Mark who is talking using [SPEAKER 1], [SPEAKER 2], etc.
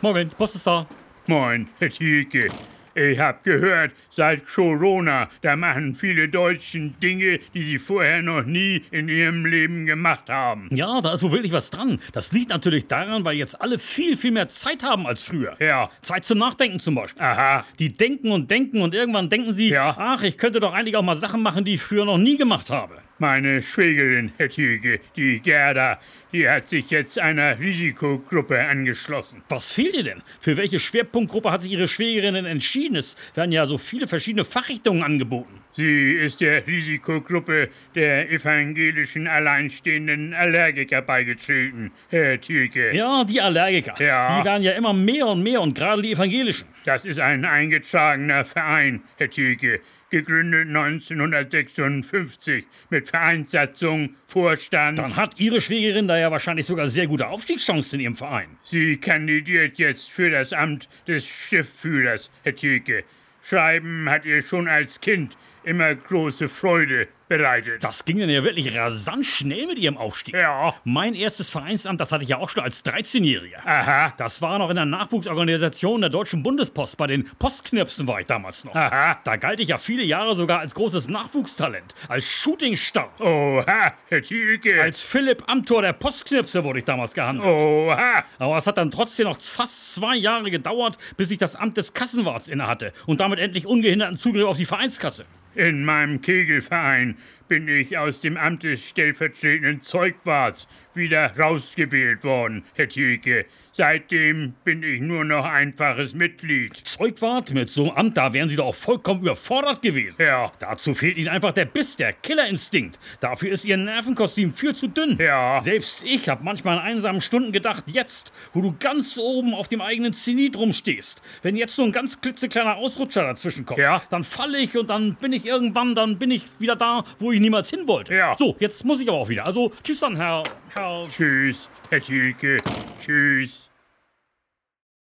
[SPEAKER 1] Morgen, die Post ist da.
[SPEAKER 2] Moin, Herr Thielke. Ich hab gehört, seit Corona, da machen viele Deutschen Dinge, die sie vorher noch nie in ihrem Leben gemacht haben.
[SPEAKER 1] Ja, da ist wohl wirklich was dran. Das liegt natürlich daran, weil jetzt alle viel, viel mehr Zeit haben als früher.
[SPEAKER 2] Ja.
[SPEAKER 1] Zeit zum Nachdenken zum Beispiel.
[SPEAKER 2] Aha.
[SPEAKER 1] Die denken und denken und irgendwann denken sie,
[SPEAKER 2] Ja.
[SPEAKER 1] ach, ich könnte doch eigentlich auch mal Sachen machen, die ich früher noch nie gemacht habe.
[SPEAKER 2] Meine Schwägerin, Herr Thielke, die Gerda, die hat sich jetzt einer Risikogruppe angeschlossen.
[SPEAKER 1] Was fehlt dir denn? Für welche Schwerpunktgruppe hat sich Ihre Schwägerin denn entschieden? Es werden ja so viele verschiedene Fachrichtungen angeboten.
[SPEAKER 2] Sie ist der Risikogruppe der evangelischen alleinstehenden Allergiker beigetreten, Herr Thielke.
[SPEAKER 1] Ja, die Allergiker.
[SPEAKER 2] Ja.
[SPEAKER 1] Die werden ja immer mehr und mehr und gerade die Evangelischen.
[SPEAKER 2] Das ist ein eingetragener Verein, Herr Thielke. Gegründet 1956 mit Vereinssatzung, Vorstand.
[SPEAKER 1] Dann hat Ihre Schwägerin da ja wahrscheinlich sogar sehr gute Aufstiegschancen in Ihrem Verein.
[SPEAKER 2] Sie kandidiert jetzt für das Amt des Schiffführers, Herr Thielke. Schreiben hat ihr schon als Kind immer große Freude bereitet.
[SPEAKER 1] Das ging dann ja wirklich rasant schnell mit Ihrem Aufstieg.
[SPEAKER 2] Ja.
[SPEAKER 1] Mein erstes Vereinsamt, das hatte ich ja auch schon als 13-Jähriger.
[SPEAKER 2] Aha,
[SPEAKER 1] Das war noch in der Nachwuchsorganisation der Deutschen Bundespost. Bei den Postknirpsen war ich damals noch. Ah,
[SPEAKER 2] aha.
[SPEAKER 1] Da galt ich ja viele Jahre sogar als großes Nachwuchstalent, als Shootingstar.
[SPEAKER 2] Oha, Herr Thielke.
[SPEAKER 1] Als Philipp Amthor der Postknirpse wurde ich damals gehandelt.
[SPEAKER 2] Oha.
[SPEAKER 1] Aber es hat dann trotzdem noch fast zwei Jahre gedauert, bis ich das Amt des Kassenwarts innehatte und damit endlich ungehinderten Zugriff auf die Vereinskasse.
[SPEAKER 2] In meinem Kegelverein bin ich aus dem Amt des stellvertretenden Zeugwarts wieder rausgewählt worden, Herr Thielke. Seitdem bin ich nur noch einfaches Mitglied.
[SPEAKER 1] Zeugwart, mit so einem Amt, da wären Sie doch auch vollkommen überfordert gewesen.
[SPEAKER 2] Ja,
[SPEAKER 1] Dazu fehlt Ihnen einfach der Biss, der Killerinstinkt. Dafür ist Ihr Nervenkostüm viel zu dünn.
[SPEAKER 2] Ja.
[SPEAKER 1] Selbst ich habe manchmal an einsamen Stunden gedacht, jetzt, wo du ganz oben auf dem eigenen Zenit rumstehst, wenn jetzt so ein ganz klitzekleiner Ausrutscher dazwischen kommt,
[SPEAKER 2] Ja.
[SPEAKER 1] dann falle ich und dann bin ich irgendwann, dann bin ich wieder da, wo ich niemals hin wollte.
[SPEAKER 2] Ja.
[SPEAKER 1] So, jetzt muss ich aber auch wieder. Also, tschüss dann, Herr... Herr...
[SPEAKER 2] tschüss, Herr Thielke. Tschüss.